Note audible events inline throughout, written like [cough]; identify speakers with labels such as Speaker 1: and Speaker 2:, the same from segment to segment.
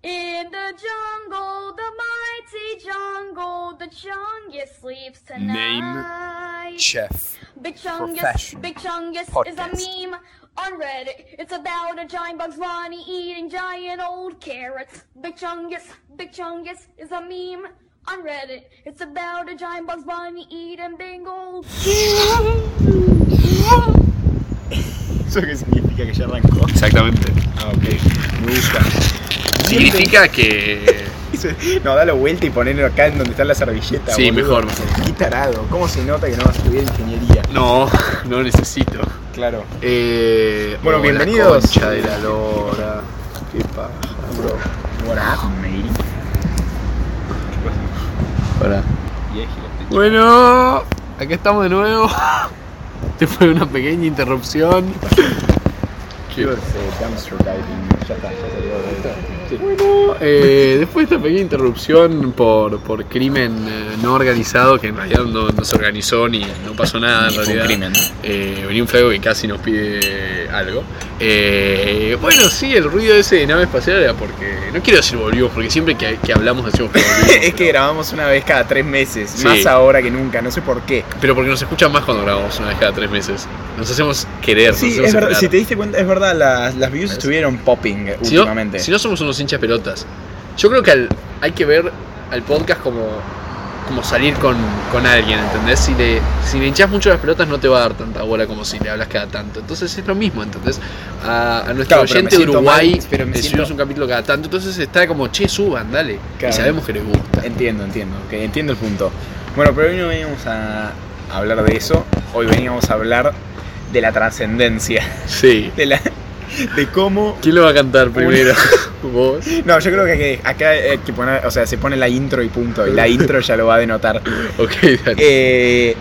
Speaker 1: In the jungle, the mighty jungle, the Chungus sleeps tonight.
Speaker 2: Chef.
Speaker 1: Big Chungus,
Speaker 2: Profession.
Speaker 1: Big Chungus is a
Speaker 2: Podcast.
Speaker 1: meme on Reddit. It's about a giant Bugs Bunny eating giant old carrots. Big Chungus, Big Chungus is a meme on Reddit. It's about a giant Bugs Bunny eating big old.
Speaker 3: ¿Eso qué significa? ¿Que ya arrancó?
Speaker 2: Exactamente.
Speaker 3: Ah, ok. Me gusta.
Speaker 2: Significa que.
Speaker 3: Dice, No, dale vuelta y ponelo acá en donde está la servilleta.
Speaker 2: Sí,
Speaker 3: boludo.
Speaker 2: mejor, mejor.
Speaker 3: Qué tarado. ¿Cómo se nota que no vas a estudiar ingeniería?
Speaker 2: No, no necesito.
Speaker 3: Claro.
Speaker 2: Eh,
Speaker 3: Bueno,
Speaker 2: oh,
Speaker 3: bienvenidos.
Speaker 2: La concha de la lora. Qué paja, bro. Pará. Bueno, acá estamos de nuevo. [laughs] Después de una pequeña interrupción.
Speaker 3: ¿Qué pasa? Dumpster diving. Ya está, ya salió de esto.
Speaker 2: Bueno, eh, después de esta pequeña interrupción por, por crimen eh, no organizado, que en realidad no, no se organizó ni no pasó nada en
Speaker 3: Ni fue un
Speaker 2: realidad.
Speaker 3: crimen.
Speaker 2: Eh, venía un flaco que casi nos pide algo. Eh, bueno, sí, el ruido ese de nave espacial era porque. No quiero decir volvimos, porque siempre que, que hablamos decimos que volvimos.
Speaker 3: [laughs] [laughs] Es que
Speaker 2: pero-
Speaker 3: grabamos una vez cada tres meses.
Speaker 2: Sí.
Speaker 3: Más ahora que nunca. No sé por qué.
Speaker 2: Pero porque nos escuchan más cuando grabamos una vez cada tres meses. Nos hacemos querer. nos
Speaker 3: Sí,
Speaker 2: hacemos
Speaker 3: es verdad.
Speaker 2: esperar.
Speaker 3: Si te diste cuenta, es verdad. Las, las views estuvieron popping
Speaker 2: Si no-
Speaker 3: últimamente.
Speaker 2: si no somos unos hinchas pelotas. Yo creo que al- hay que ver al podcast como, como salir con, con alguien, ¿entendés? Si le, si le hinchas mucho las pelotas no te va a dar tanta bola como si le hablas cada tanto. Entonces es lo mismo, ¿entendés? A, a nuestro
Speaker 3: Claro, pero
Speaker 2: oyente
Speaker 3: me
Speaker 2: de
Speaker 3: siento
Speaker 2: Uruguay
Speaker 3: mal, pero me
Speaker 2: le
Speaker 3: siento-
Speaker 2: subimos un capítulo cada tanto. Entonces está como, che, suban, dale.
Speaker 3: Claro.
Speaker 2: Y sabemos que les gusta.
Speaker 3: Entiendo, entiendo, ok, entiendo el punto. Bueno, pero hoy no veníamos a hablar de eso, hoy veníamos a hablar de la trascendencia, [laughs]
Speaker 2: Sí.
Speaker 3: de la de cómo
Speaker 2: ¿Quién lo va a cantar
Speaker 3: [laughs]
Speaker 2: primero? ¿Vos?
Speaker 3: no, yo creo que hay que- acá hay que poner, o sea, se pone la intro y punto, y la intro ya lo va a denotar.
Speaker 2: Ok, dale.
Speaker 3: Eh,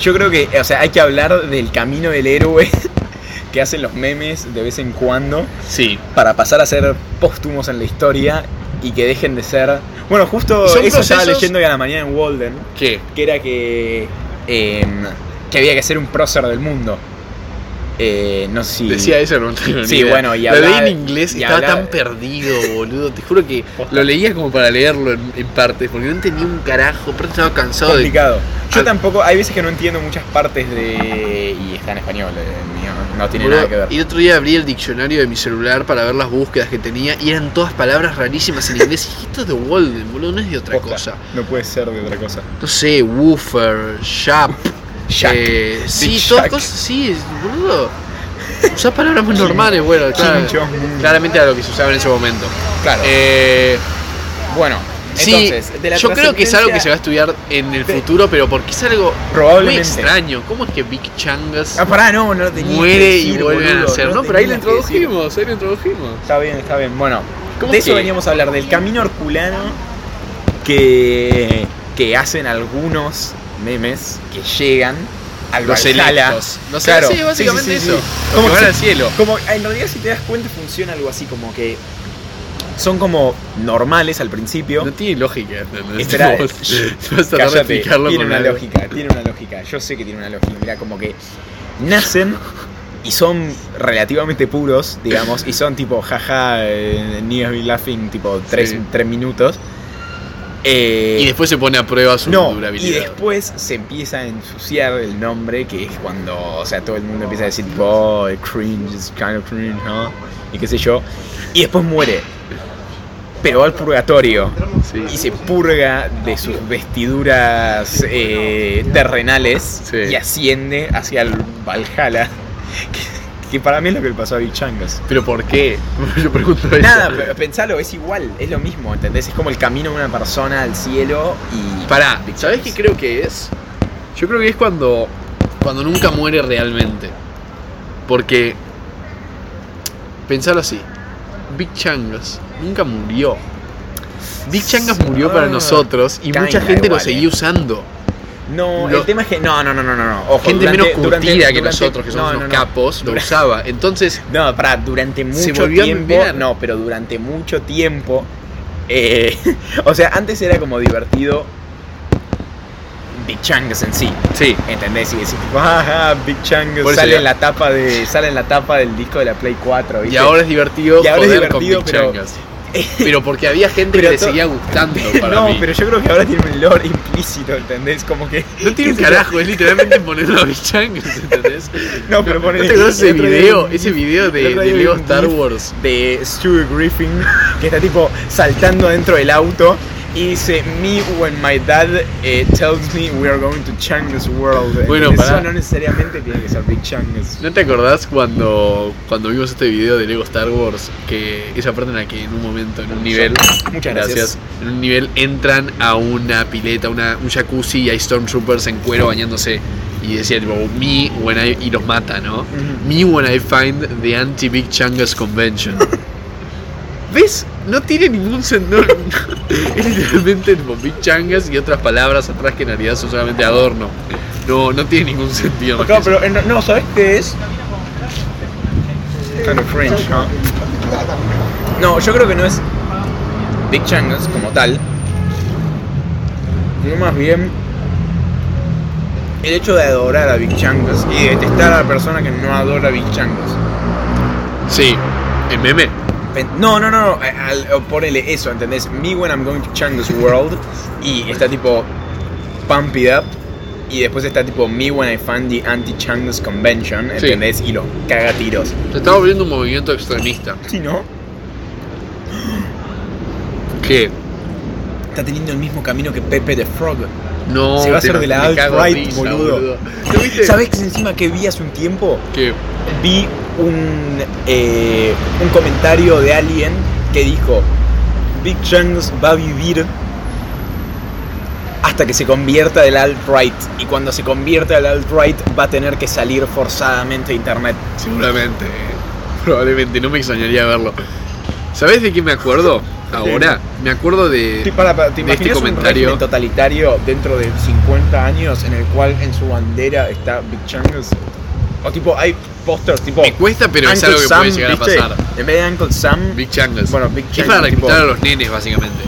Speaker 3: yo creo que, o sea, hay que hablar del camino del héroe [laughs] que hacen los memes de vez en cuando
Speaker 2: Sí.
Speaker 3: para pasar a ser póstumos en la historia y que dejen de ser. Bueno, justo
Speaker 2: Y son
Speaker 3: eso estaba
Speaker 2: procesos-
Speaker 3: leyendo hoy a la mañana en Walden.
Speaker 2: ¿Qué?
Speaker 3: que era que, em, que había que ser un prócer del mundo. Eh, no sé si.
Speaker 2: Decía eso, no tengo ni
Speaker 3: Sí,
Speaker 2: idea.
Speaker 3: bueno, y
Speaker 2: Lo
Speaker 3: hablaba-
Speaker 2: leí en inglés y
Speaker 3: y
Speaker 2: estaba
Speaker 3: hablaba-
Speaker 2: tan perdido, boludo. Te juro que lo leía como para leerlo en, en partes, porque no entendía un carajo. Pero estaba cansado de.
Speaker 3: complicado. Yo
Speaker 2: Al-
Speaker 3: tampoco, hay veces que no entiendo muchas partes de. Y está en español, eh, mío, no tiene
Speaker 2: Boludo,
Speaker 3: nada que ver.
Speaker 2: Y el otro día abrí el diccionario de mi celular para ver las búsquedas que tenía y eran todas palabras rarísimas en inglés. Y dije, esto es de Walden, boludo, no es de otra
Speaker 3: Posta,
Speaker 2: cosa. Eh,
Speaker 3: No puede ser de otra cosa.
Speaker 2: No sé, woofer, shap.
Speaker 3: Shack.
Speaker 2: eh, sí,
Speaker 3: Big
Speaker 2: todas
Speaker 3: Shack.
Speaker 2: cosas, sí, boludo. Usás palabras muy
Speaker 3: Kim-
Speaker 2: normales, bueno, claro,
Speaker 3: Jong-un.
Speaker 2: claramente a lo que se usaba en ese momento.
Speaker 3: Claro.
Speaker 2: Eh,
Speaker 3: bueno,
Speaker 2: Sí,
Speaker 3: entonces, de la
Speaker 2: yo creo que es algo que se va a estudiar
Speaker 3: trascendencia-
Speaker 2: en el
Speaker 3: de-
Speaker 2: futuro, pero porque es algo muy
Speaker 3: Probablemente.
Speaker 2: extraño. ¿Cómo es que Big Changas
Speaker 3: Ah, pará, no, no lo tenía. que
Speaker 2: muere y
Speaker 3: decir,
Speaker 2: vuelve a
Speaker 3: boludo,
Speaker 2: nacer? No, pero ahí lo
Speaker 3: tenías que decir.
Speaker 2: introdujimos, ahí lo introdujimos.
Speaker 3: Está bien, está bien. Bueno,
Speaker 2: ¿Cómo
Speaker 3: de
Speaker 2: es
Speaker 3: eso
Speaker 2: que-
Speaker 3: veníamos a hablar, del camino herculano que, que hacen algunos memes que llegan al
Speaker 2: Los
Speaker 3: Valhalla.
Speaker 2: electos. Los electos, sí, básicamente eso. Los
Speaker 3: Como
Speaker 2: que van
Speaker 3: si-
Speaker 2: al cielo.
Speaker 3: Como, en realidad, si te das cuenta, funciona algo así, como que son como normales al principio.
Speaker 2: No tiene lógica, ¿entendés?
Speaker 3: Espera,
Speaker 2: Tipo, vas a tratar de
Speaker 3: Cállate,
Speaker 2: explicarlo
Speaker 3: tiene
Speaker 2: con
Speaker 3: una
Speaker 2: algo.
Speaker 3: lógica, tiene una lógica. Yo sé que tiene una lógica. Mira, como que nacen y son relativamente puros, digamos, y son tipo jaja, eh, Niggas Be Laughing, tipo tres,
Speaker 2: Sí.
Speaker 3: tres minutos. Eh,
Speaker 2: Y después se pone a prueba su
Speaker 3: no, y
Speaker 2: durabilidad.
Speaker 3: después se empieza a ensuciar el nombre, que es cuando, o sea, todo el mundo empieza a decir, oh, cringe, it's kind of cringe, ¿no? Y qué sé yo. Y después muere. Pero va al purgatorio
Speaker 2: Sí.
Speaker 3: y se purga de sus vestiduras eh, terrenales
Speaker 2: Sí.
Speaker 3: y asciende hacia el Valhalla, [laughs] que, que para mí es lo que le pasó a Big Changas.
Speaker 2: ¿Pero por qué? [laughs] Yo pregunto eso.
Speaker 3: Nada, pero pensalo, es igual, es lo mismo, ¿entendés? Es como el camino de una persona al cielo y...
Speaker 2: Pará,
Speaker 3: Big
Speaker 2: ¿sabés qué
Speaker 3: Changas.
Speaker 2: creo que es? Yo creo que es cuando, cuando nunca muere realmente. Porque, pensarlo así, Big Changas nunca murió. Big Changas murió para
Speaker 3: Ah,
Speaker 2: nosotros y mucha
Speaker 3: kinda
Speaker 2: gente lo
Speaker 3: igual,
Speaker 2: seguía
Speaker 3: eh.
Speaker 2: usando.
Speaker 3: No,
Speaker 2: Lo-
Speaker 3: el tema es que... No, no, no, no, no, no. Ojo,
Speaker 2: gente
Speaker 3: durante-
Speaker 2: menos curtida
Speaker 3: durante-
Speaker 2: que
Speaker 3: durante-
Speaker 2: nosotros, que somos
Speaker 3: no,
Speaker 2: unos
Speaker 3: no, no.
Speaker 2: capos, lo
Speaker 3: Dura-
Speaker 2: usaba. Entonces,
Speaker 3: No, pará, durante mucho
Speaker 2: Se volvió a
Speaker 3: tiempo.
Speaker 2: enviar.
Speaker 3: No, pero durante mucho tiempo. eh, [laughs] o sea, antes era como divertido Big Changas en sí.
Speaker 2: sí,
Speaker 3: ¿Entendés? Y decís, tipo, ajá, Big Changas
Speaker 2: Por eso
Speaker 3: sale
Speaker 2: ya-
Speaker 3: en la tapa de. sale en la tapa del disco de la Play 4.
Speaker 2: y
Speaker 3: ¿viste?
Speaker 2: ahora es divertido
Speaker 3: Y ahora es
Speaker 2: joder
Speaker 3: divertido,
Speaker 2: con Big
Speaker 3: pero-
Speaker 2: Changas. Pero porque había gente
Speaker 3: Pero
Speaker 2: que le
Speaker 3: to-
Speaker 2: seguía
Speaker 3: [laughs]
Speaker 2: gustando para
Speaker 3: [laughs] no,
Speaker 2: mí.
Speaker 3: pero yo creo que ahora tiene un lore implícito, ¿entendés? Como que.
Speaker 2: No tiene un
Speaker 3: qué sé yo.
Speaker 2: carajo, es literalmente poner una bichangos,
Speaker 3: [laughs]
Speaker 2: ¿entendés?
Speaker 3: No,
Speaker 2: [laughs]
Speaker 3: pero
Speaker 2: ¿No
Speaker 3: ponele-
Speaker 2: te acuerdas ese
Speaker 3: el otro día
Speaker 2: video?
Speaker 3: vi un
Speaker 2: Ese
Speaker 3: gif-
Speaker 2: video de,
Speaker 3: el otro
Speaker 2: de
Speaker 3: día vi
Speaker 2: Lego
Speaker 3: un
Speaker 2: Star
Speaker 3: gif
Speaker 2: Wars.
Speaker 3: De Stuart Griffin, [laughs] que está tipo saltando dentro del auto y dice: Me when my dad eh, tells me we are going to change this world.
Speaker 2: Bueno,
Speaker 3: Entonces,
Speaker 2: pará.
Speaker 3: Eso no necesariamente tiene que ser Big Changes.
Speaker 2: ¿No te acordás cuando, cuando vimos este video de Lego Star Wars? Que esa parte en la que en un momento, en un nivel.
Speaker 3: Muchas gracias.
Speaker 2: En un nivel entran a una pileta, una, un jacuzzi y hay stormtroopers en cuero bañándose. Y decía tipo, me when I. y los mata, ¿no?
Speaker 3: Ujú.
Speaker 2: Me when I find the anti-Big Changas
Speaker 3: [laughs]
Speaker 2: convention. ¿Ves? No tiene ningún sentido. [laughs] es literalmente tipo Big Changas y otras palabras atrás que en realidad son solamente adorno. No, no tiene ningún sentido. más
Speaker 3: Acá,
Speaker 2: que eso.
Speaker 3: pero eh, no, no, ¿sabes qué es? Kind of French, ¿no? No, yo creo que no es Big Changas como tal. Sino más bien el hecho de adorar a Big Changas y de detestar a la persona que no adora a Big Changas.
Speaker 2: Sí, el meme.
Speaker 3: Pen- No, no, no, no. a- al- o ponele eso, ¿entendés? Me when I'm going to change this world. Y está tipo Pump It Up. Y después está tipo Me when I find the anti-Changas convention,
Speaker 2: Sí.
Speaker 3: ¿entendés? Y lo caga a tiros.
Speaker 2: Se está volviendo un movimiento extremista.
Speaker 3: Si no,
Speaker 2: ¿Qué?
Speaker 3: está teniendo el mismo camino que Pepe the Frog.
Speaker 2: No,
Speaker 3: Se va a
Speaker 2: te-
Speaker 3: hacer de la
Speaker 2: me cago
Speaker 3: alt-right,
Speaker 2: en risa,
Speaker 3: boludo.
Speaker 2: ¿No viste?
Speaker 3: ¿Sabes que encima que vi hace un tiempo?
Speaker 2: ¿Qué?
Speaker 3: vi un, eh, un comentario de alguien que dijo, Big Chungus va a vivir hasta que se convierta del alt-right. Y cuando se convierta del alt-right va a tener que salir forzadamente de internet.
Speaker 2: Seguramente. Probablemente, no me extrañaría verlo. ¿Sabes de qué me acuerdo? Ahora, me acuerdo
Speaker 3: Te-
Speaker 2: de.
Speaker 3: para- para- ¿Te
Speaker 2: De este
Speaker 3: imaginas un
Speaker 2: comentario.
Speaker 3: régimen totalitario dentro de 50 años en el cual en su bandera está Big Chungus? O tipo, hay pósters tipo...
Speaker 2: Me cuesta, pero es
Speaker 3: Uncle
Speaker 2: algo que
Speaker 3: Sam,
Speaker 2: puede llegar a
Speaker 3: ¿viste?
Speaker 2: pasar.
Speaker 3: En vez de Uncle Sam...
Speaker 2: Big Changas.
Speaker 3: Bueno, Big
Speaker 2: es
Speaker 3: Changas,
Speaker 2: para
Speaker 3: tipo-
Speaker 2: reclutar a los nenes, básicamente.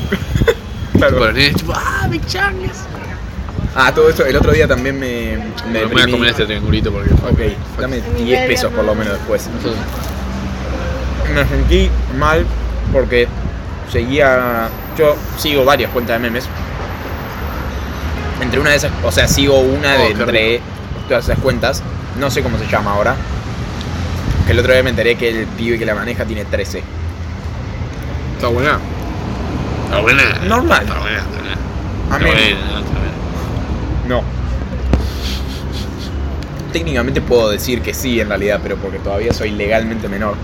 Speaker 3: claro.
Speaker 2: Tipo, los nenes, tipo, ¡ah, Big Changas!
Speaker 3: Ah, todo esto, el otro día también
Speaker 2: Me,
Speaker 3: me. me
Speaker 2: voy a
Speaker 3: deprimí.
Speaker 2: comer este triangulito porque.
Speaker 3: Ok, dame 10 pesos por lo menos después.
Speaker 2: Entonces,
Speaker 3: Me sentí mal porque seguía. Yo sigo varias cuentas de memes. Entre una de esas. O sea, sigo una
Speaker 2: Oh,
Speaker 3: de
Speaker 2: qué
Speaker 3: entre todas esas cuentas. No sé cómo se llama ahora. Que el otro día me enteré que el pibe que la maneja tiene 13.
Speaker 2: Está buena. Está buena.
Speaker 3: Normal.
Speaker 2: Está buena, está buena.
Speaker 3: A
Speaker 2: Está
Speaker 3: mí-
Speaker 2: buena, no, está buena.
Speaker 3: No. Técnicamente puedo decir que sí, en realidad, pero porque todavía soy legalmente menor.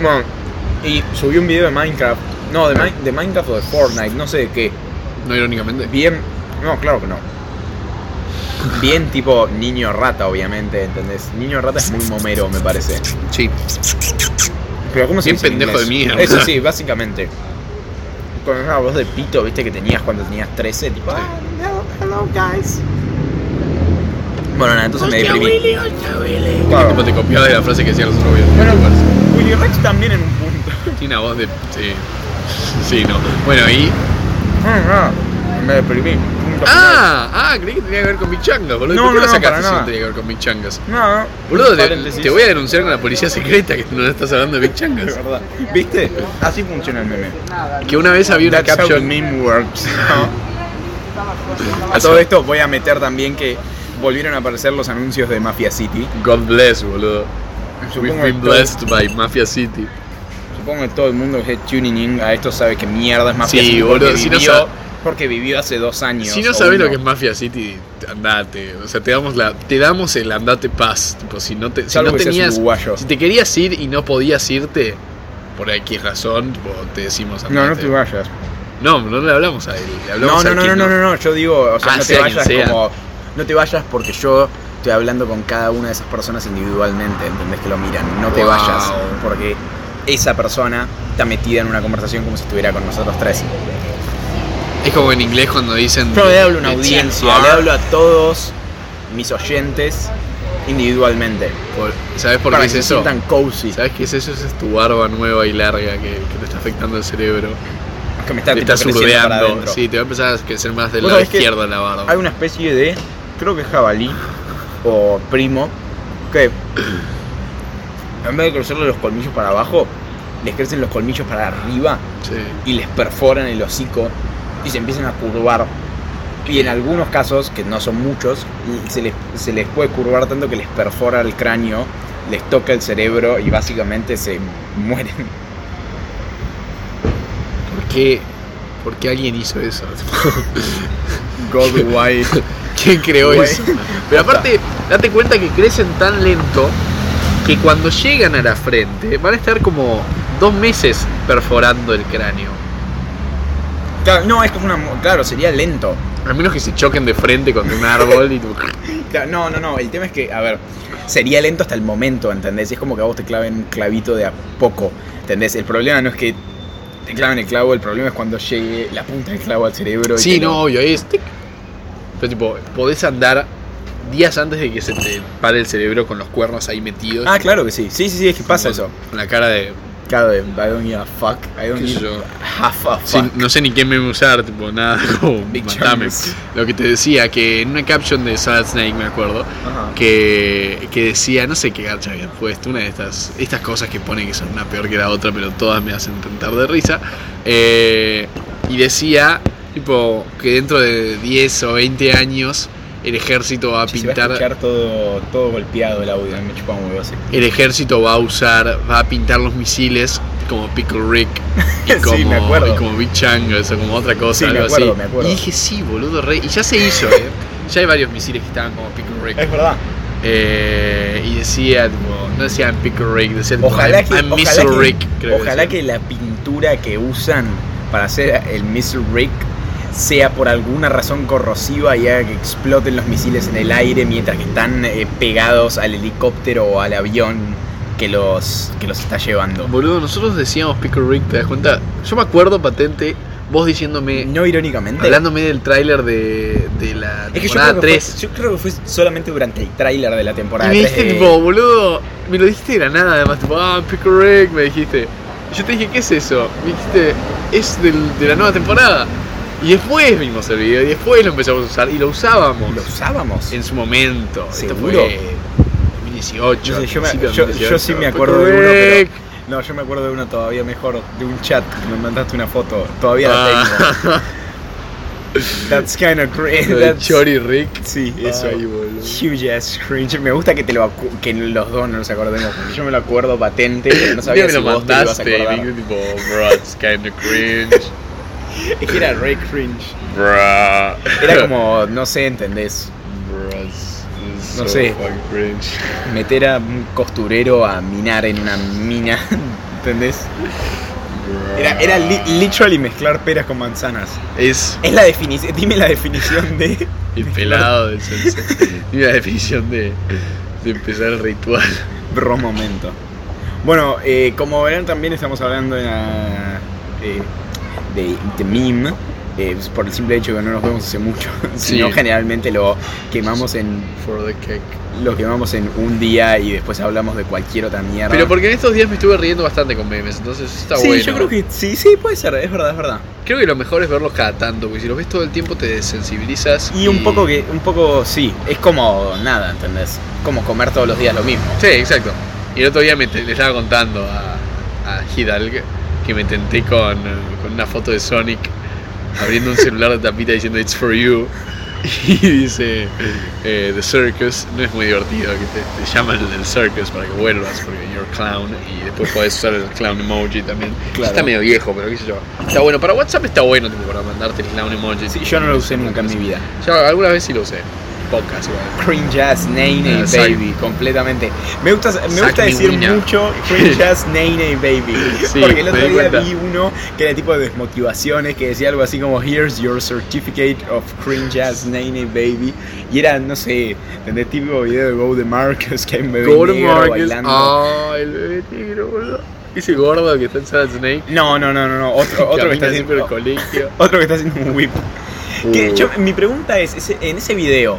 Speaker 3: Bueno, y subí un video de Minecraft. No, de, Mi- de Minecraft o de Fortnite, no sé de qué.
Speaker 2: No irónicamente.
Speaker 3: Bien. No, claro que no. Bien tipo niño rata, obviamente, ¿entendés? Niño rata es muy momero, me parece.
Speaker 2: Sí.
Speaker 3: Pero ¿cómo se
Speaker 2: Bien
Speaker 3: dice en
Speaker 2: pendejo
Speaker 3: inglés?
Speaker 2: de mierda.
Speaker 3: Eso sí, básicamente. Con esa voz de pito, viste, que tenías cuando tenías 13, tipo. "Ah, hello, hello, guys. Bueno, nada, entonces me deprimí. Claro.
Speaker 2: Tipo, te copiaba de la frase que decían los otros videos.
Speaker 3: Bueno,
Speaker 2: Me parece.
Speaker 3: Willy Rex también en un punto. [laughs]
Speaker 2: Tiene una voz de. Sí. [laughs] Sí, no. Bueno, y.
Speaker 3: Ah, ah, me deprimí. Punto
Speaker 2: ¡Ah! ¡Ah! Creí que tenía que ver con mis changas, boludo.
Speaker 3: No,
Speaker 2: ¿Por qué
Speaker 3: no,
Speaker 2: lo
Speaker 3: no,
Speaker 2: sacaste
Speaker 3: para
Speaker 2: si no
Speaker 3: nada.
Speaker 2: tenía que ver con mis changas?
Speaker 3: final. No,
Speaker 2: Boludo, te,
Speaker 3: paréntesis.
Speaker 2: te voy a denunciar con la policía secreta que no estás hablando de mis
Speaker 3: [laughs] De
Speaker 2: changas.
Speaker 3: verdad. ¿Viste? Así funciona el meme.
Speaker 2: Que una vez había una
Speaker 3: That's how
Speaker 2: caption.
Speaker 3: meme works.
Speaker 2: [laughs]
Speaker 3: A todo esto voy a meter también que volvieron a aparecer los anuncios de Mafia City.
Speaker 2: God bless, boludo. We've
Speaker 3: Supongo que
Speaker 2: been
Speaker 3: todo-
Speaker 2: blessed by Mafia City.
Speaker 3: Supongo que todo el mundo que es tuning in a esto sabe que mierda es Mafia
Speaker 2: Sí,
Speaker 3: City.
Speaker 2: boludo,
Speaker 3: porque
Speaker 2: si no
Speaker 3: vivió-
Speaker 2: sa-
Speaker 3: Porque vivió hace dos años.
Speaker 2: Si no
Speaker 3: o
Speaker 2: sabes lo
Speaker 3: uno.
Speaker 2: que es Mafia City, andate. O sea, te damos la, te damos el andate paz. Tipo, si no te, si
Speaker 3: Salvo
Speaker 2: no
Speaker 3: que seas
Speaker 2: tenías,
Speaker 3: uruguayo.
Speaker 2: si te querías ir y no podías irte por X razón, tipo, te decimos andate.
Speaker 3: No, no te vayas.
Speaker 2: No, no le hablamos a él. Le
Speaker 3: No,
Speaker 2: hablamos
Speaker 3: no,
Speaker 2: al
Speaker 3: no,
Speaker 2: que
Speaker 3: no, no, no, no, yo digo, o sea,
Speaker 2: Ah,
Speaker 3: no te
Speaker 2: sea quien
Speaker 3: vayas
Speaker 2: sea.
Speaker 3: como. No te vayas porque yo estoy hablando con cada una de esas personas individualmente, ¿entendés? Que lo miran. No te
Speaker 2: Wow.
Speaker 3: vayas porque esa persona está metida en una conversación como si estuviera con nosotros tres.
Speaker 2: Es como en inglés cuando dicen. Ah,
Speaker 3: Yo le hablo a una
Speaker 2: the
Speaker 3: audiencia,
Speaker 2: TR.
Speaker 3: le hablo a todos mis oyentes individualmente.
Speaker 2: Por- ¿Sabes por
Speaker 3: para
Speaker 2: qué
Speaker 3: que
Speaker 2: es
Speaker 3: se
Speaker 2: eso?
Speaker 3: sientan cozy.
Speaker 2: ¿Sabes qué es eso? Esa es tu barba nueva y larga que, que te está afectando el cerebro.
Speaker 3: Que me está
Speaker 2: te
Speaker 3: tipo,
Speaker 2: estás
Speaker 3: creciendo para
Speaker 2: surdeando.
Speaker 3: adentro.
Speaker 2: Sí, te va a empezar a crecer más del
Speaker 3: Vos
Speaker 2: lado
Speaker 3: sabés que
Speaker 2: izquierdo la barba.
Speaker 3: Hay una especie de, creo que es jabalí o primo, que en vez de crecerle los colmillos para abajo, les crecen los colmillos para arriba
Speaker 2: Sí.
Speaker 3: y les perforan el hocico y se empiezan a curvar. Y en algunos casos, que no son muchos, se les, se les puede curvar tanto que les perfora el cráneo, les toca el cerebro y básicamente se [laughs] mueren.
Speaker 2: ¿Por qué? ¿Por qué alguien hizo eso?
Speaker 3: God White.
Speaker 2: [laughs] ¿Quién creó
Speaker 3: Güey.
Speaker 2: eso? Pero aparte, date cuenta que crecen tan lento que cuando llegan a la frente van a estar como dos meses perforando el cráneo.
Speaker 3: Claro, no, es como una. mu- Claro, sería lento.
Speaker 2: A menos que se choquen de frente contra un árbol y tú- [laughs]
Speaker 3: Claro, no, no, no. El tema es que, a ver, sería lento hasta el momento, ¿entendés? Es como que a vos te claven un clavito de a poco, ¿entendés? El problema no es que te claven el clavo, el problema es cuando llegue la punta del clavo al cerebro. y
Speaker 2: Sí,
Speaker 3: te lo-
Speaker 2: no, obvio, es... tic. Pero tipo, podés andar días antes de que se te pare el cerebro con los cuernos ahí metidos.
Speaker 3: Ah, claro que sí. Sí, sí, sí, es que pasa
Speaker 2: Con-
Speaker 3: eso.
Speaker 2: Con la cara de...
Speaker 3: Claro, de, I don't give a fuck. I don't
Speaker 2: ¿Qué sé
Speaker 3: give
Speaker 2: yo?
Speaker 3: half a fuck.
Speaker 2: Sí, no sé ni quién meme usar, tipo, nada, [laughs] como,
Speaker 3: Big
Speaker 2: matame.
Speaker 3: Chungus.
Speaker 2: Lo que te decía, que en una caption de Solid Snake, me acuerdo,
Speaker 3: Ajá.
Speaker 2: que, que decía, no sé qué garcha habían puesto, una de estas, estas cosas que ponen que son una peor que la otra, pero todas me hacen tentar de risa. eh, y decía, tipo, que dentro de 10 o 20 años el ejército va a
Speaker 3: Se va a
Speaker 2: pintar.
Speaker 3: escuchar todo, todo golpeado el audio. Me chupa un huevo así.
Speaker 2: el ejército va a usar, va a pintar los misiles como Pickle Rick y
Speaker 3: [laughs] Sí,
Speaker 2: como,
Speaker 3: me acuerdo.
Speaker 2: y como Big Chungus o como otra cosa,
Speaker 3: Sí, me
Speaker 2: algo
Speaker 3: acuerdo,
Speaker 2: así.
Speaker 3: me acuerdo.
Speaker 2: Y dije, sí, boludo, re. Y ya se hizo, eh. Ya hay varios misiles que estaban como Pickle Rick.
Speaker 3: Es verdad.
Speaker 2: Eh, y decía, tipo, no decían Pickle Rick, decían tipo,
Speaker 3: Ojalá
Speaker 2: I'm-
Speaker 3: que,
Speaker 2: I'm
Speaker 3: ojalá
Speaker 2: Missile
Speaker 3: que-
Speaker 2: Rick, creo
Speaker 3: ojalá
Speaker 2: decían.
Speaker 3: que la pintura que usan para hacer el Missile Rick sea por alguna razón corrosiva y haga que exploten los misiles en el aire mientras que están eh, pegados al helicóptero o al avión que los, que los está llevando.
Speaker 2: Boludo, nosotros decíamos Pickle Rick, ¿te das cuenta? Yo me acuerdo patente, vos diciéndome,
Speaker 3: No irónicamente.
Speaker 2: hablándome del tráiler de, de la
Speaker 3: es que yo
Speaker 2: temporada
Speaker 3: creo, que
Speaker 2: 3.
Speaker 3: fue, yo creo que fue solamente durante el tráiler de la temporada
Speaker 2: Y me
Speaker 3: 3.
Speaker 2: dijiste,
Speaker 3: de-
Speaker 2: tipo, boludo, me lo dijiste de la nada, además, tipo, ah, Pickle Rick, me dijiste. Y yo te dije, ¿qué es eso? Me dijiste, es del- de la nueva temporada. Y después vimos el video, y después lo empezamos a usar, y lo usábamos
Speaker 3: Lo usábamos.
Speaker 2: en su momento. Esto
Speaker 3: ¿Seguro?
Speaker 2: fue 2018.
Speaker 3: No sé, yo me-
Speaker 2: principio de
Speaker 3: yo- yo
Speaker 2: 2018.
Speaker 3: sí me acuerdo
Speaker 2: Pickle
Speaker 3: de uno, pero-
Speaker 2: Rick.
Speaker 3: No, yo me acuerdo de uno todavía mejor, de un chat que me mandaste una foto. Todavía la
Speaker 2: [laughs]
Speaker 3: tengo.
Speaker 2: Ah,
Speaker 3: That's kind of cringe.
Speaker 2: lo de
Speaker 3: That's...
Speaker 2: Chori Rick. Ah.
Speaker 3: Sí, eso.
Speaker 2: Ay, boludo.
Speaker 3: Huge ass cringe. Me gusta que, te lo acu- que los dos no nos acordemos. Porque yo me lo acuerdo patente. pero
Speaker 2: Un
Speaker 3: No
Speaker 2: día
Speaker 3: sabía
Speaker 2: me
Speaker 3: si
Speaker 2: lo
Speaker 3: vos te lo ibas a
Speaker 2: mandaste y
Speaker 3: acordar.
Speaker 2: dije, tipo, bruh, it's kinda cringe.
Speaker 3: Es que era re cringe.
Speaker 2: Bruh. [laughs]
Speaker 3: Era como, no sé, ¿entendés? No
Speaker 2: No
Speaker 3: sé. Meter a un costurero a minar en una mina. [laughs] ¿Entendés? Era, era li- literally mezclar peras con manzanas.
Speaker 2: Es
Speaker 3: Es la definición. Dime la definición de.
Speaker 2: el pelado del sensei. Y la definición de, de empezar el ritual.
Speaker 3: Bro momento. Bueno, eh, como verán también estamos hablando de, la- eh, de, de meme. eh, por el simple hecho de que no nos vemos hace mucho. [laughs]
Speaker 2: Sí.
Speaker 3: sino generalmente lo quemamos en.
Speaker 2: For the cake.
Speaker 3: Lo quemamos en un día y después hablamos de cualquier otra mierda.
Speaker 2: Pero porque en estos días me estuve riendo bastante con memes, entonces está
Speaker 3: sí,
Speaker 2: bueno.
Speaker 3: yo creo que sí, sí, puede ser, es verdad, es verdad.
Speaker 2: Creo que lo mejor es verlos cada tanto, porque si los ves todo el tiempo te desensibilizas.
Speaker 3: Y un poco que, un poco sí, es como nada, ¿entendés? Como comer todos los días lo mismo.
Speaker 2: Sí, exacto. Y el otro día me te- le estaba contando a, a Hidalgo que me tenté con, eh, con una foto de Sonic abriendo un celular de tapita diciendo It's for you. [laughs] Y dice eh, The Circus, no es muy divertido que te, te llaman el del Circus para que vuelvas porque you're clown y después podés usar el clown emoji también. Ya
Speaker 3: Claro.
Speaker 2: Está medio viejo, pero qué sé yo. Está bueno, para WhatsApp está bueno tipo, para mandarte el clown emoji.
Speaker 3: Sí, yo no lo usé nunca en mi vida.
Speaker 2: Yo alguna vez sí lo usé, pocas igual.
Speaker 3: Cringe ass Nene
Speaker 2: Ah, sí.
Speaker 3: Baby, completamente. Me gusta, me
Speaker 2: Sac
Speaker 3: gusta
Speaker 2: mi
Speaker 3: decir
Speaker 2: uña. [laughs]
Speaker 3: mucho cringe ass Nene Baby.
Speaker 2: Sí,
Speaker 3: porque el
Speaker 2: me
Speaker 3: otro
Speaker 2: di
Speaker 3: día
Speaker 2: cuenta.
Speaker 3: vi uno que era tipo de desmotivaciones, que decía algo así como Here's your certificate of cringe ass Nene Baby. Y era, no sé, el típico video de Go de Marcus que me ve
Speaker 2: Gordo
Speaker 3: negro
Speaker 2: Marcus.
Speaker 3: bailando.
Speaker 2: Ah, el bebé tigre, boludo. Ese gordo que está en Solid Snake.
Speaker 3: No, no, no, no,
Speaker 2: [laughs]
Speaker 3: no. Otro, otro que está haciendo
Speaker 2: el colegio.
Speaker 3: Otro que está haciendo un whip. [laughs] Que
Speaker 2: Uh.
Speaker 3: yo- mi pregunta es, ese- en ese video,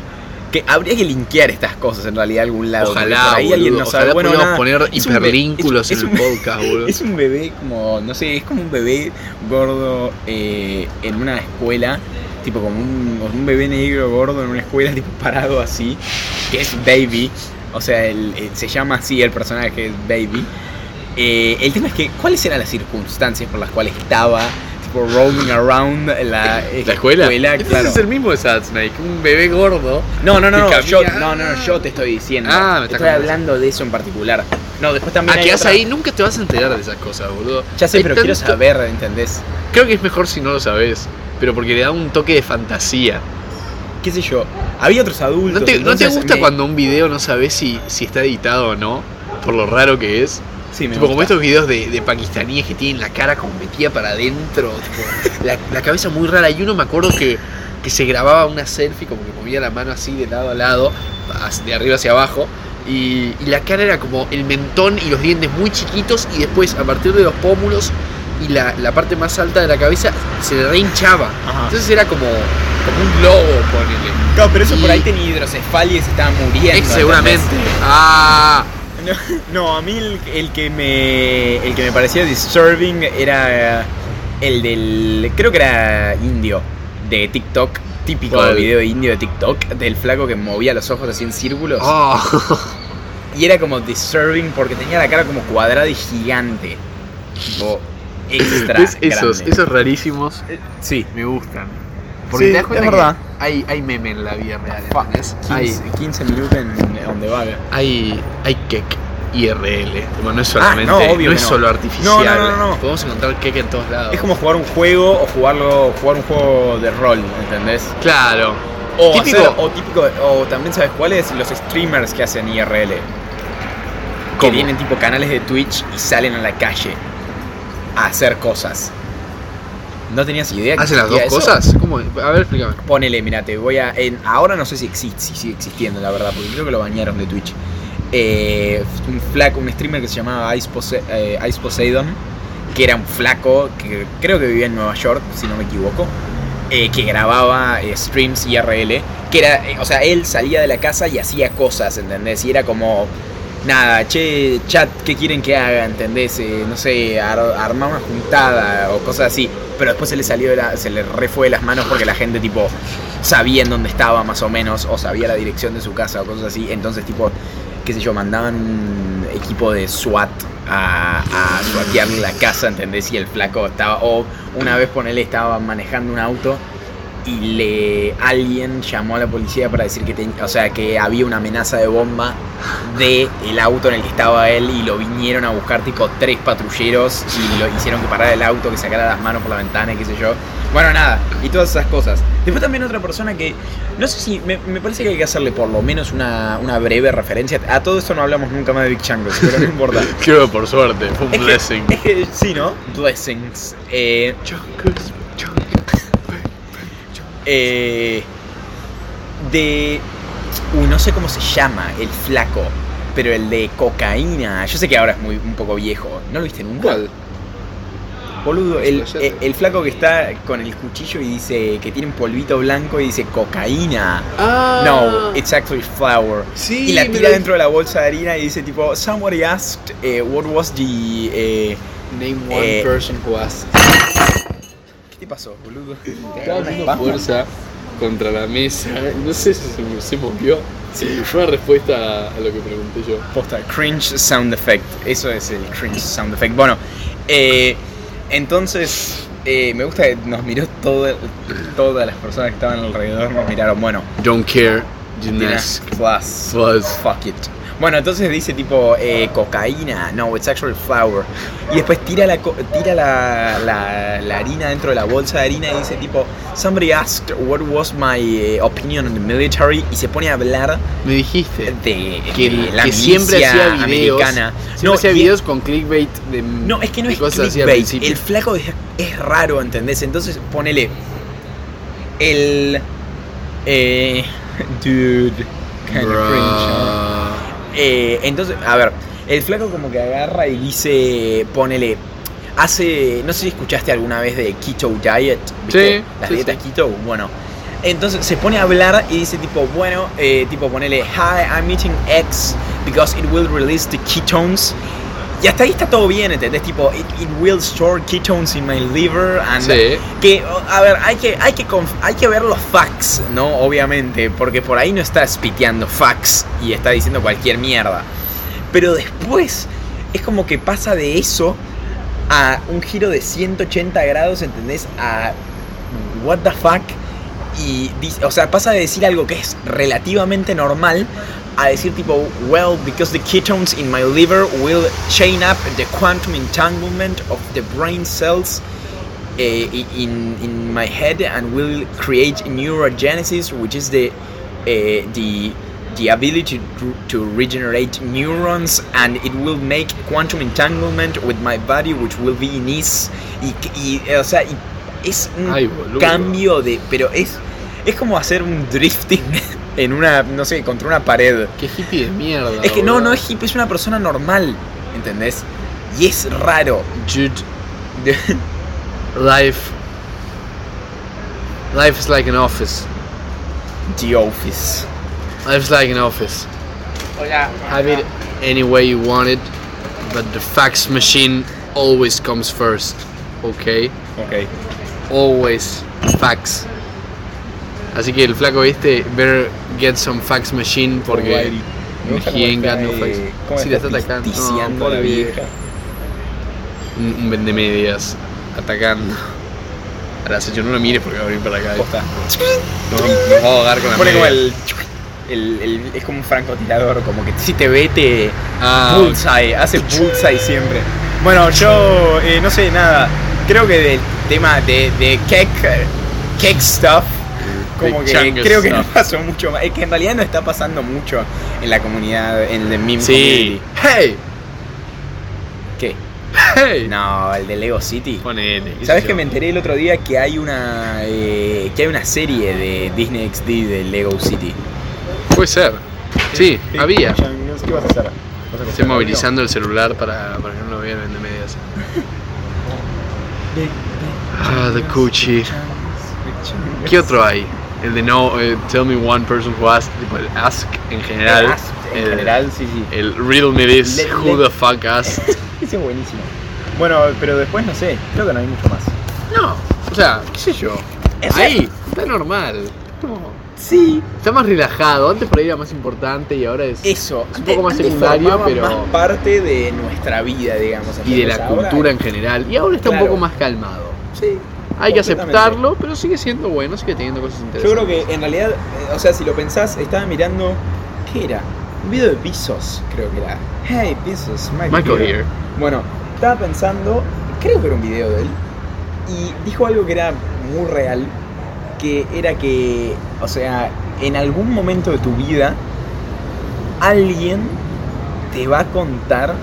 Speaker 3: que habría que linkear estas cosas en realidad a algún lado.
Speaker 2: Ojalá,
Speaker 3: porque por ahí
Speaker 2: boludo,
Speaker 3: alguien no
Speaker 2: ojalá
Speaker 3: sabe. Bueno,
Speaker 2: podamos
Speaker 3: nada,
Speaker 2: poner
Speaker 3: es un be-
Speaker 2: hipervínculos
Speaker 3: es- es
Speaker 2: en el
Speaker 3: un be-
Speaker 2: podcast, boludo.
Speaker 3: Es un bebé como, no sé, es como un bebé gordo eh, en una escuela. Tipo como un, un bebé negro gordo en una escuela, [laughs] tipo parado así, eh, que es Baby. O sea, el- el- se llama así el personaje, es Baby. Eh, el tema es que, ¿cuáles eran las circunstancias por las cuales estaba, tipo, roaming around la, eh,
Speaker 2: ¿La escuela? Entonces
Speaker 3: claro.
Speaker 2: es el mismo de Sad Snake, un bebé gordo.
Speaker 3: No, no, no,
Speaker 2: que
Speaker 3: no,
Speaker 2: camina.
Speaker 3: yo, no, no, no, yo te estoy diciendo.
Speaker 2: Ah, me está
Speaker 3: estoy
Speaker 2: cambiando.
Speaker 3: hablando de eso en particular. No, después también.
Speaker 2: Ah,
Speaker 3: hay
Speaker 2: quedás
Speaker 3: otra-
Speaker 2: ahí, nunca te vas a enterar de esas cosas, boludo.
Speaker 3: Ya sé,
Speaker 2: Hay
Speaker 3: pero quiero
Speaker 2: tanto-
Speaker 3: saber, ¿entendés?
Speaker 2: Creo que es mejor si no lo sabes, pero porque le da un toque de fantasía.
Speaker 3: ¿Qué sé yo? Había otros adultos.
Speaker 2: ¿No te, no te
Speaker 3: entonces
Speaker 2: gusta
Speaker 3: me-
Speaker 2: cuando un video no sabes si, si está editado o no? Por lo raro que es.
Speaker 3: Sí, me
Speaker 2: Tipo, como
Speaker 3: gusta.
Speaker 2: estos videos de, de pakistaníes que tienen la cara como metida para adentro, tipo, la, la cabeza muy rara. Y uno me acuerdo que, que se grababa una selfie, como que movía la mano así de lado a lado, as- de arriba hacia abajo. Y, y la cara era como el mentón y los dientes muy chiquitos. Y después, a partir de los pómulos y la, la parte más alta de la cabeza, se le rehinchaba.
Speaker 3: Ajá.
Speaker 2: Entonces era como, como un globo, ponele.
Speaker 3: Claro, pero eso por ahí
Speaker 2: Y-
Speaker 3: tenía hidrocefalia y se estaba muriendo.
Speaker 2: Eh,
Speaker 3: ¿entendés?
Speaker 2: seguramente. Ah,
Speaker 3: No, no, a mí el, el que me el que me parecía disturbing era eh, el del creo que era indio de TikTok, típico
Speaker 2: ¿Cuál?
Speaker 3: video indio de TikTok del flaco que movía los ojos así en círculos
Speaker 2: oh.
Speaker 3: y era como disturbing porque tenía la cara como cuadrada y gigante.
Speaker 2: [laughs]
Speaker 3: Tipo extra
Speaker 2: ¿Ves esos,
Speaker 3: grande.
Speaker 2: esos rarísimos
Speaker 3: Sí.
Speaker 2: me gustan. Porque
Speaker 3: Sí,
Speaker 2: te das cuenta
Speaker 3: es
Speaker 2: que
Speaker 3: verdad.
Speaker 2: hay, hay meme en la vida real,
Speaker 3: Fuck,
Speaker 2: ¿entendés? Hay,
Speaker 3: 15, 15 minutos en donde eh. vaga.
Speaker 2: hay, hay cake IRL. Tipo, no es solamente.
Speaker 3: Ah, no,
Speaker 2: no,
Speaker 3: obvio que
Speaker 2: es
Speaker 3: no.
Speaker 2: solo artificial.
Speaker 3: No, no, no, no.
Speaker 2: Podemos encontrar cake en todos lados.
Speaker 3: Es como jugar un juego o jugarlo jugar un juego de rol, ¿entendés?
Speaker 2: Claro.
Speaker 3: O,
Speaker 2: Típico-
Speaker 3: hacer- o típico, o también sabes cuáles los streamers que hacen IRL. Que
Speaker 2: ¿Cómo?
Speaker 3: tienen tipo canales de Twitch y salen a la calle a hacer cosas. ¿No tenías idea? que
Speaker 2: ¿Hacen las dos
Speaker 3: existía eso?
Speaker 2: cosas? ¿Cómo? A ver, explícame.
Speaker 3: Ponele, mira, te voy a. en- ahora no sé si existe, si sigue existiendo, la verdad, porque creo que lo bañaron de Twitch. Eh, un flaco, un streamer que se llamaba Ice, Pose- eh, Ice Poseidon, que era un flaco que creo que vivía en Nueva York, si no me equivoco, eh, que grababa eh, streams IRL, que era, eh, o sea, él salía de la casa y hacía cosas, ¿entendés? Y era como, nada, che, chat, ¿qué quieren que haga? ¿Entendés? Eh, no sé, ar- armar una juntada o cosas así. Pero después se le salió, de la- se le refue de las manos porque la gente, tipo, sabía en dónde estaba más o menos, o sabía la dirección de su casa o cosas así. Entonces, tipo, qué sé yo, mandaban un equipo de SWAT a, a SWATear la casa, ¿entendés? Y el flaco estaba, o una vez ponele, estaba manejando un auto y le alguien llamó a la policía para decir que ten- o sea que había una amenaza de bomba de el auto en el que estaba él y lo vinieron a buscar tipo tres patrulleros y lo hicieron que parara el auto, que sacara las manos por la ventana y qué sé yo. Bueno, nada, y todas esas cosas. Después también otra persona que no sé si me, me parece que hay que hacerle por lo menos una, una breve referencia. A todo esto no hablamos nunca más de Big Chango, pero no importa.
Speaker 2: Creo que por suerte. Fue un
Speaker 3: Es que-
Speaker 2: blessing.
Speaker 3: Es que sí, ¿no? Blessings. Eh,
Speaker 2: Chocos, chocos.
Speaker 3: Eh, de. Uy, no sé cómo se llama el flaco, pero el de cocaína. Yo sé que ahora es muy un poco viejo. ¿No lo viste nunca?
Speaker 2: ¿Cuál?
Speaker 3: Boludo, el, eh,
Speaker 2: Explayate.
Speaker 3: el flaco que está con el cuchillo y dice que tiene un polvito blanco y dice cocaína.
Speaker 2: Ah.
Speaker 3: No, it's actually flour.
Speaker 2: Sí,
Speaker 3: Y la
Speaker 2: me
Speaker 3: tira
Speaker 2: lo-
Speaker 3: dentro de la bolsa de harina y dice tipo, somebody asked eh, what was the... eh,
Speaker 2: Name
Speaker 3: Eh,
Speaker 2: person who has
Speaker 3: ¿Qué te pasó, boludo?
Speaker 2: Estaba haciendo fuerza contra la mesa. No sé si se, me- se movió. Fue una respuesta a lo que pregunté yo.
Speaker 3: Posta, cringe sound effect. Eso es el cringe sound effect. Bueno, eh, entonces eh, me gusta que nos miró todo, todas las personas que estaban alrededor, nos miraron. Bueno,
Speaker 2: Don't care,
Speaker 3: Tina, plus,
Speaker 2: Plus.
Speaker 3: fuck it. Bueno, entonces dice tipo eh, cocaína, no, it's actually flour. Y después tira, la, co- tira la, la- la harina dentro de la bolsa de harina y dice tipo, somebody asked what was my eh, opinion on the military y se pone a hablar
Speaker 2: Me dijiste
Speaker 3: de,
Speaker 2: que,
Speaker 3: de la
Speaker 2: que siempre
Speaker 3: milicia
Speaker 2: hacía videos.
Speaker 3: americana.
Speaker 2: Siempre
Speaker 3: No,
Speaker 2: hacía
Speaker 3: y-
Speaker 2: videos con clickbait de.
Speaker 3: no, es que no
Speaker 2: de
Speaker 3: es
Speaker 2: cosas así al
Speaker 3: clickbait.
Speaker 2: principio.
Speaker 3: El flaco es, es raro, ¿entendés? Entonces, ponele. El. Eh, [laughs] dude. Kind of
Speaker 2: Bruh.
Speaker 3: cringe. ¿no? Eh, entonces, a ver. El flaco como que agarra y dice. Ponele. Hace. No sé si escuchaste alguna vez de Keto Diet. ¿viste?
Speaker 2: Sí,
Speaker 3: Las
Speaker 2: sí,
Speaker 3: dietas
Speaker 2: sí.
Speaker 3: Keto. Bueno. Entonces se pone a hablar y dice tipo, bueno, eh, tipo ponele, hi, I'm eating X because it will release the ketones y hasta ahí está todo bien, ¿entendés? Tipo, it, it will store ketones in my liver and...
Speaker 2: Sí.
Speaker 3: Que, o- a ver, hay que, hay, que conf- hay que ver los facts, ¿no? Obviamente, porque por ahí no está spiteando facts y está diciendo cualquier mierda. Pero después es como que pasa de eso a un giro de 180 grados, ¿entendés? A what the fuck. Y dice- o sea, pasa de decir algo que es relativamente normal a decir tipo, well, because the ketones in my liver will chain up the quantum entanglement of the brain cells eh, in, in my head and will create neurogenesis, which is the eh, the the ability to, to regenerate neurons and it will make quantum entanglement with my body which will be in ease y, y, eh, o sea y es un
Speaker 2: Ay, boludo.
Speaker 3: cambio de pero es es como hacer un drifting [laughs] en una no sé contra una pared
Speaker 2: Qué hippie de mierda.
Speaker 3: es que no
Speaker 2: boludo.
Speaker 3: no es hippie es una persona normal ¿entendés? y es raro
Speaker 2: Dude, life. Life is like an office.
Speaker 3: [laughs] The Office
Speaker 2: Life is like an office.
Speaker 3: hola
Speaker 2: Have it any way you want it, but the fax machine always comes first. Okay?
Speaker 3: okay
Speaker 2: Always fax. Así que el flaco, viste, better get some fax machine porque.
Speaker 3: Me gusta
Speaker 2: he ain't
Speaker 3: cómo
Speaker 2: got no
Speaker 3: está, eh,
Speaker 2: face.
Speaker 3: cómo
Speaker 2: Sí,
Speaker 3: está
Speaker 2: la está atacando.
Speaker 3: pisticiando
Speaker 2: No,
Speaker 3: la
Speaker 2: pobre
Speaker 3: vieja.
Speaker 2: un, un vendemedias atacando. A las 8 no lo mires porque va a venir para acá.
Speaker 3: Posta.
Speaker 2: Nos vamos- nos va a ahogar con la
Speaker 3: Pone como
Speaker 2: media.
Speaker 3: el, el- el- Es como un francotirador, como que si te ve te.
Speaker 2: Ah,
Speaker 3: bullseye, hace bullseye siempre. Bueno, yo eh, no sé nada. Creo que del tema de, de cake, cake stuff. Como
Speaker 2: De
Speaker 3: que
Speaker 2: Chungus
Speaker 3: creo que no
Speaker 2: stuff.
Speaker 3: pasó mucho más. Es que en realidad no está pasando mucho en la comunidad, en el meme
Speaker 2: Sí.
Speaker 3: community.
Speaker 2: ¡Hey!
Speaker 3: ¿Qué?
Speaker 2: ¡Hey!
Speaker 3: No, el de Lego City.
Speaker 2: Ponele. qué sé
Speaker 3: ¿Sabes
Speaker 2: yo.
Speaker 3: que me enteré el otro día que hay una eh, que hay una serie de Disney XD de Lego City?
Speaker 2: Puede ser. Sí, había.
Speaker 3: ¿Qué vas a hacer?
Speaker 2: Estoy
Speaker 3: [laughs]
Speaker 2: movilizando el celular para, para que no lo vean en medias. Ah, the Cuchi. ¿Qué otro hay? El de no, eh, tell me one person who asked, tipo el ask en general. Eh,
Speaker 3: En general, sí, sí. [laughs]
Speaker 2: El riddle me this,
Speaker 3: Le-
Speaker 2: who
Speaker 3: le-
Speaker 2: the fuck asked.
Speaker 3: Ese es buenísimo. Bueno, pero después no sé, creo que no hay mucho más.
Speaker 2: No, o sea, qué sé yo.
Speaker 3: Es-
Speaker 2: Ahí, está normal. No.
Speaker 3: Sí,
Speaker 2: Está más relajado, antes por ahí era más importante y ahora es...
Speaker 3: eso.
Speaker 2: Es un poco más secundario,
Speaker 3: formaba
Speaker 2: pero-
Speaker 3: más parte de nuestra vida, digamos.
Speaker 2: y de la
Speaker 3: ¿entendés? Ahora-
Speaker 2: cultura en general. Y ahora está
Speaker 3: Claro.
Speaker 2: un poco más calmado.
Speaker 3: Sí.
Speaker 2: Hay que
Speaker 3: completamente.
Speaker 2: aceptarlo, pero sigue siendo bueno, sigue teniendo cosas
Speaker 3: Yo
Speaker 2: interesantes.
Speaker 3: creo que en realidad, eh, o sea, si lo pensás, estaba mirando. ¿Qué era? Un video de Pisos, creo que era. Hey, Pisos, Michael,
Speaker 2: Michael here.
Speaker 3: Bueno, estaba pensando, creo que era un video de él, y dijo algo que era muy real, que era que, o sea, en algún momento de tu vida, alguien te va a contar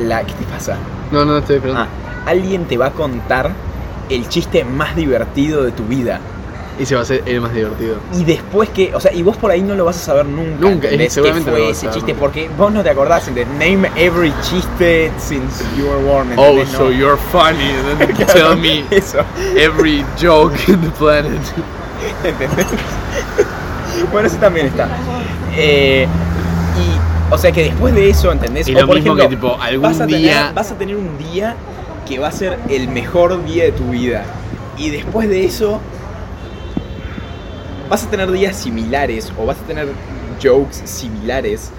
Speaker 3: la... ¿Qué te pasa?
Speaker 2: No, no, estoy esperando.
Speaker 3: Ah, alguien te va a contar el chiste más divertido de tu vida.
Speaker 2: Y se va a hacer el más divertido.
Speaker 3: Y después que, o sea, y vos por ahí no lo vas a saber nunca.
Speaker 2: Nunca,
Speaker 3: ¿entendés?
Speaker 2: es- seguramente
Speaker 3: ¿Qué
Speaker 2: no lo vas
Speaker 3: fue
Speaker 2: a
Speaker 3: ese
Speaker 2: saber
Speaker 3: chiste?
Speaker 2: nunca.
Speaker 3: Porque vos no te acordás, ¿entendés? Name every chiste since you were born.
Speaker 2: Oh,
Speaker 3: ¿entendés?
Speaker 2: so
Speaker 3: No.
Speaker 2: you're funny. and [laughs] then
Speaker 3: Claro,
Speaker 2: tell me
Speaker 3: [laughs] Eso,
Speaker 2: every joke in the planet.
Speaker 3: ¿entendés? bueno, eso también está. Eh, y, o sea, que después de eso, ¿entendés?
Speaker 2: Y
Speaker 3: O,
Speaker 2: lo
Speaker 3: por
Speaker 2: mismo
Speaker 3: ejemplo,
Speaker 2: que, tipo, algún
Speaker 3: vas a tener-
Speaker 2: día-
Speaker 3: vas a tener un día que va a ser el mejor día de tu vida. Y después de eso, vas a tener días similares o vas a tener jokes similares,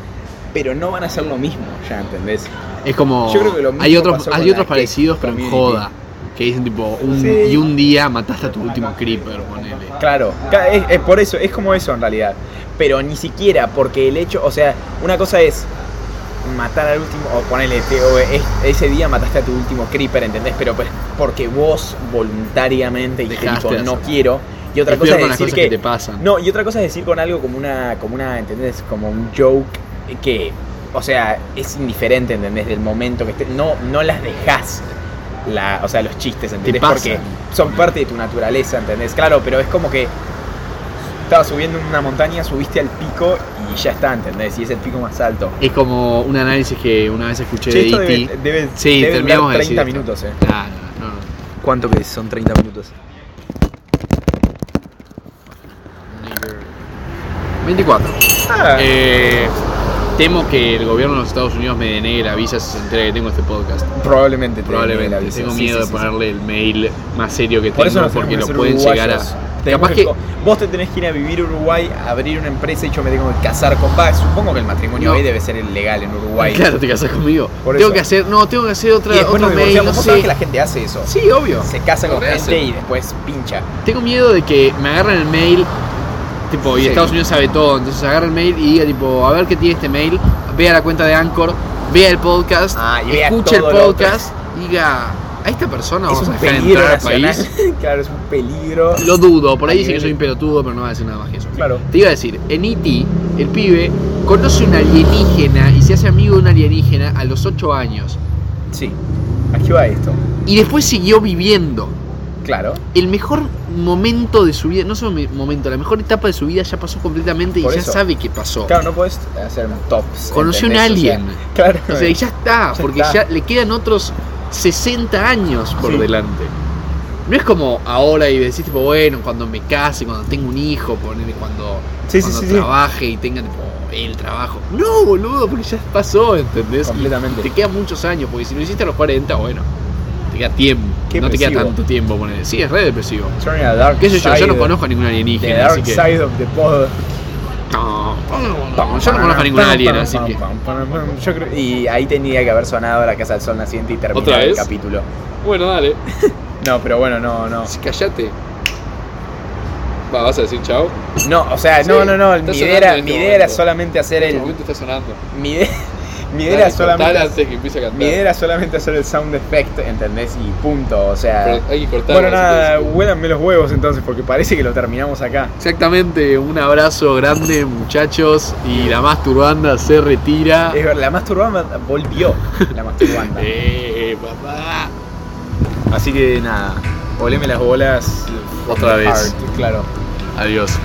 Speaker 3: pero no van a ser lo mismo, ya, ¿entendés?
Speaker 2: Es como.
Speaker 3: Yo creo que lo mismo
Speaker 2: hay otros,
Speaker 3: pasó con
Speaker 2: hay
Speaker 3: la
Speaker 2: otros
Speaker 3: Cake
Speaker 2: parecidos, pero en
Speaker 3: Community.
Speaker 2: joda. Que dicen tipo, un,
Speaker 3: Sí.
Speaker 2: y un día mataste a tu último creeper, ponele.
Speaker 3: Claro, ca- es, es por eso, es como eso en realidad. Pero ni siquiera, porque el hecho, o sea, una cosa es matar al último, o ponele, te- o es- ese día mataste a tu último creeper, ¿entendés? Pero pues porque vos voluntariamente dijiste,
Speaker 2: Dejaste
Speaker 3: tipo,
Speaker 2: de
Speaker 3: no
Speaker 2: hacerlo.
Speaker 3: quiero. Y otra
Speaker 2: Es
Speaker 3: cosa
Speaker 2: peor
Speaker 3: es
Speaker 2: con las
Speaker 3: decir
Speaker 2: cosas que, te pasan.
Speaker 3: no, y otra cosa es decir con algo como una, como una, ¿entendés? Como un joke que, o sea, es indiferente, ¿entendés? Del momento que esté, no, no las dejas, la, o sea, los chistes, ¿entendés?
Speaker 2: pasan.
Speaker 3: Porque son parte de tu naturaleza, ¿entendés? Claro, pero es como que estabas subiendo en una montaña, subiste al pico y ya está, ¿entendés? Y es el pico más alto.
Speaker 2: Es como un análisis que una vez escuché
Speaker 3: Che,
Speaker 2: de
Speaker 3: esto
Speaker 2: E.T.
Speaker 3: debe, debe-
Speaker 2: E Sí,
Speaker 3: debe durar
Speaker 2: terminamos de decir
Speaker 3: 30
Speaker 2: esto.
Speaker 3: minutos, ¿eh?
Speaker 2: Claro, no, no.
Speaker 3: ¿Cuánto que son 30 minutos?
Speaker 2: Nigger. 24.
Speaker 3: Ah,
Speaker 2: Eh, temo que el gobierno de los Estados Unidos me denegue la visa si se entera que tengo este podcast.
Speaker 3: probablemente. te-
Speaker 2: Probablemente.
Speaker 3: la-
Speaker 2: Tengo miedo
Speaker 3: sí, sí,
Speaker 2: de
Speaker 3: sí, sí.
Speaker 2: ponerle el mail más serio que
Speaker 3: Por eso
Speaker 2: tengo
Speaker 3: nos tenemos
Speaker 2: porque
Speaker 3: que
Speaker 2: lo
Speaker 3: hacer
Speaker 2: pueden llegar
Speaker 3: uruguayos.
Speaker 2: a.
Speaker 3: Tenemos
Speaker 2: Capaz
Speaker 3: que-
Speaker 2: que-
Speaker 3: Vos te tenés que ir a vivir a Uruguay, abrir una empresa y yo me tengo que casar con Bax. Supongo que el matrimonio
Speaker 2: No.
Speaker 3: ahí debe ser el legal en Uruguay.
Speaker 2: Claro, te casas conmigo.
Speaker 3: Por
Speaker 2: tengo
Speaker 3: eso.
Speaker 2: que hacer, no, tengo que hacer
Speaker 3: Y
Speaker 2: otra,
Speaker 3: después
Speaker 2: otro
Speaker 3: nos
Speaker 2: mail, no
Speaker 3: divorciamos. Vos sabés
Speaker 2: sé.
Speaker 3: que la gente hace eso.
Speaker 2: Sí, obvio.
Speaker 3: Se casa con
Speaker 2: Lo
Speaker 3: gente
Speaker 2: hacen.
Speaker 3: y después pincha.
Speaker 2: Tengo miedo de que me agarren el mail, tipo, y
Speaker 3: Sí.
Speaker 2: Estados Unidos sabe todo, entonces agarra el mail y diga, tipo, a ver qué tiene este mail, vea la cuenta de Anchor, vea el podcast,
Speaker 3: Ah, y vea
Speaker 2: escuche el
Speaker 3: todo lo otro.
Speaker 2: podcast, y diga, a esta persona
Speaker 3: es
Speaker 2: vamos a
Speaker 3: un
Speaker 2: dejar
Speaker 3: peligro
Speaker 2: entrar al
Speaker 3: nacional.
Speaker 2: país.
Speaker 3: [laughs] claro, es un peligro.
Speaker 2: Lo dudo, por ahí
Speaker 3: A
Speaker 2: dice que
Speaker 3: nivel-
Speaker 2: soy un pelotudo, pero no va a decir nada más que eso.
Speaker 3: Claro.
Speaker 2: Te iba a decir, en E.T., el pibe conoce un alienígena y se hace amigo de un alienígena a los 8 años.
Speaker 3: Sí. Aquí va esto.
Speaker 2: Y después siguió viviendo.
Speaker 3: Claro.
Speaker 2: El mejor momento de su vida, no solo mi- momento, la mejor etapa de su vida ya pasó completamente
Speaker 3: Por
Speaker 2: y
Speaker 3: eso.
Speaker 2: ya sabe qué pasó.
Speaker 3: Claro, no puedes hacer un tops.
Speaker 2: Conocí un
Speaker 3: ¿entendés? O sea,
Speaker 2: alien.
Speaker 3: [laughs] claro. eh,
Speaker 2: O sea, y ya está,
Speaker 3: Ya
Speaker 2: porque
Speaker 3: está.
Speaker 2: ya le quedan otros 60 años por
Speaker 3: Sí.
Speaker 2: delante. No es como ahora y decís, tipo, bueno, cuando me case, cuando tengo un hijo, ponele, cuando,
Speaker 3: Sí, sí,
Speaker 2: cuando
Speaker 3: sí, sí.
Speaker 2: trabaje y tenga, tipo, el trabajo. No, boludo, porque ya pasó, ¿entendés? Y
Speaker 3: Completamente.
Speaker 2: te quedan muchos años, porque si lo hiciste a los 40, bueno, te queda tiempo.
Speaker 3: Qué
Speaker 2: no te queda
Speaker 3: depresivo.
Speaker 2: tanto tiempo, ponele. Sí, es re depresivo.
Speaker 3: Turning a dark
Speaker 2: ¿Qué sé yo? Yo no
Speaker 3: side-
Speaker 2: conozco a ningún
Speaker 3: The
Speaker 2: alienígena, así
Speaker 3: Dark
Speaker 2: que.
Speaker 3: Side of the Pod.
Speaker 2: No, no, yo no conozco a ningún alien, así que.
Speaker 3: Yo creo- Y ahí tenía que haber sonado la Casa del Sol Naciente y
Speaker 2: ¿Otra
Speaker 3: terminar el
Speaker 2: vez?
Speaker 3: capítulo.
Speaker 2: Bueno, dale.
Speaker 3: No, pero bueno, no, no.
Speaker 2: Sí, Callate. Va, vas a decir chao. este
Speaker 3: No, o sea,
Speaker 2: Sí,
Speaker 3: no, no, no.
Speaker 2: está sonando
Speaker 3: Mi idea, era-
Speaker 2: en este
Speaker 3: mi idea era
Speaker 2: momento.
Speaker 3: solamente hacer
Speaker 2: En este
Speaker 3: el.
Speaker 2: momento está sonando.
Speaker 3: Mi idea, [laughs] mi idea
Speaker 2: Dale,
Speaker 3: era
Speaker 2: cortala
Speaker 3: solamente.
Speaker 2: antes que empiece a cantar.
Speaker 3: Mi idea era solamente hacer el sound effect, ¿entendés? Y punto, o sea.
Speaker 2: Pero hay que cortar.
Speaker 3: Bueno, nada, huélanme los huevos entonces, porque parece que lo terminamos acá.
Speaker 2: Exactamente, un abrazo grande muchachos y la masturbanda se retira.
Speaker 3: Es verdad, la masturbanda volvió. La masturbanda.
Speaker 2: [laughs] Eh, papá.
Speaker 3: Así que nada, voleme las bolas.
Speaker 2: Otra vez.
Speaker 3: Hard, claro.
Speaker 2: Adiós.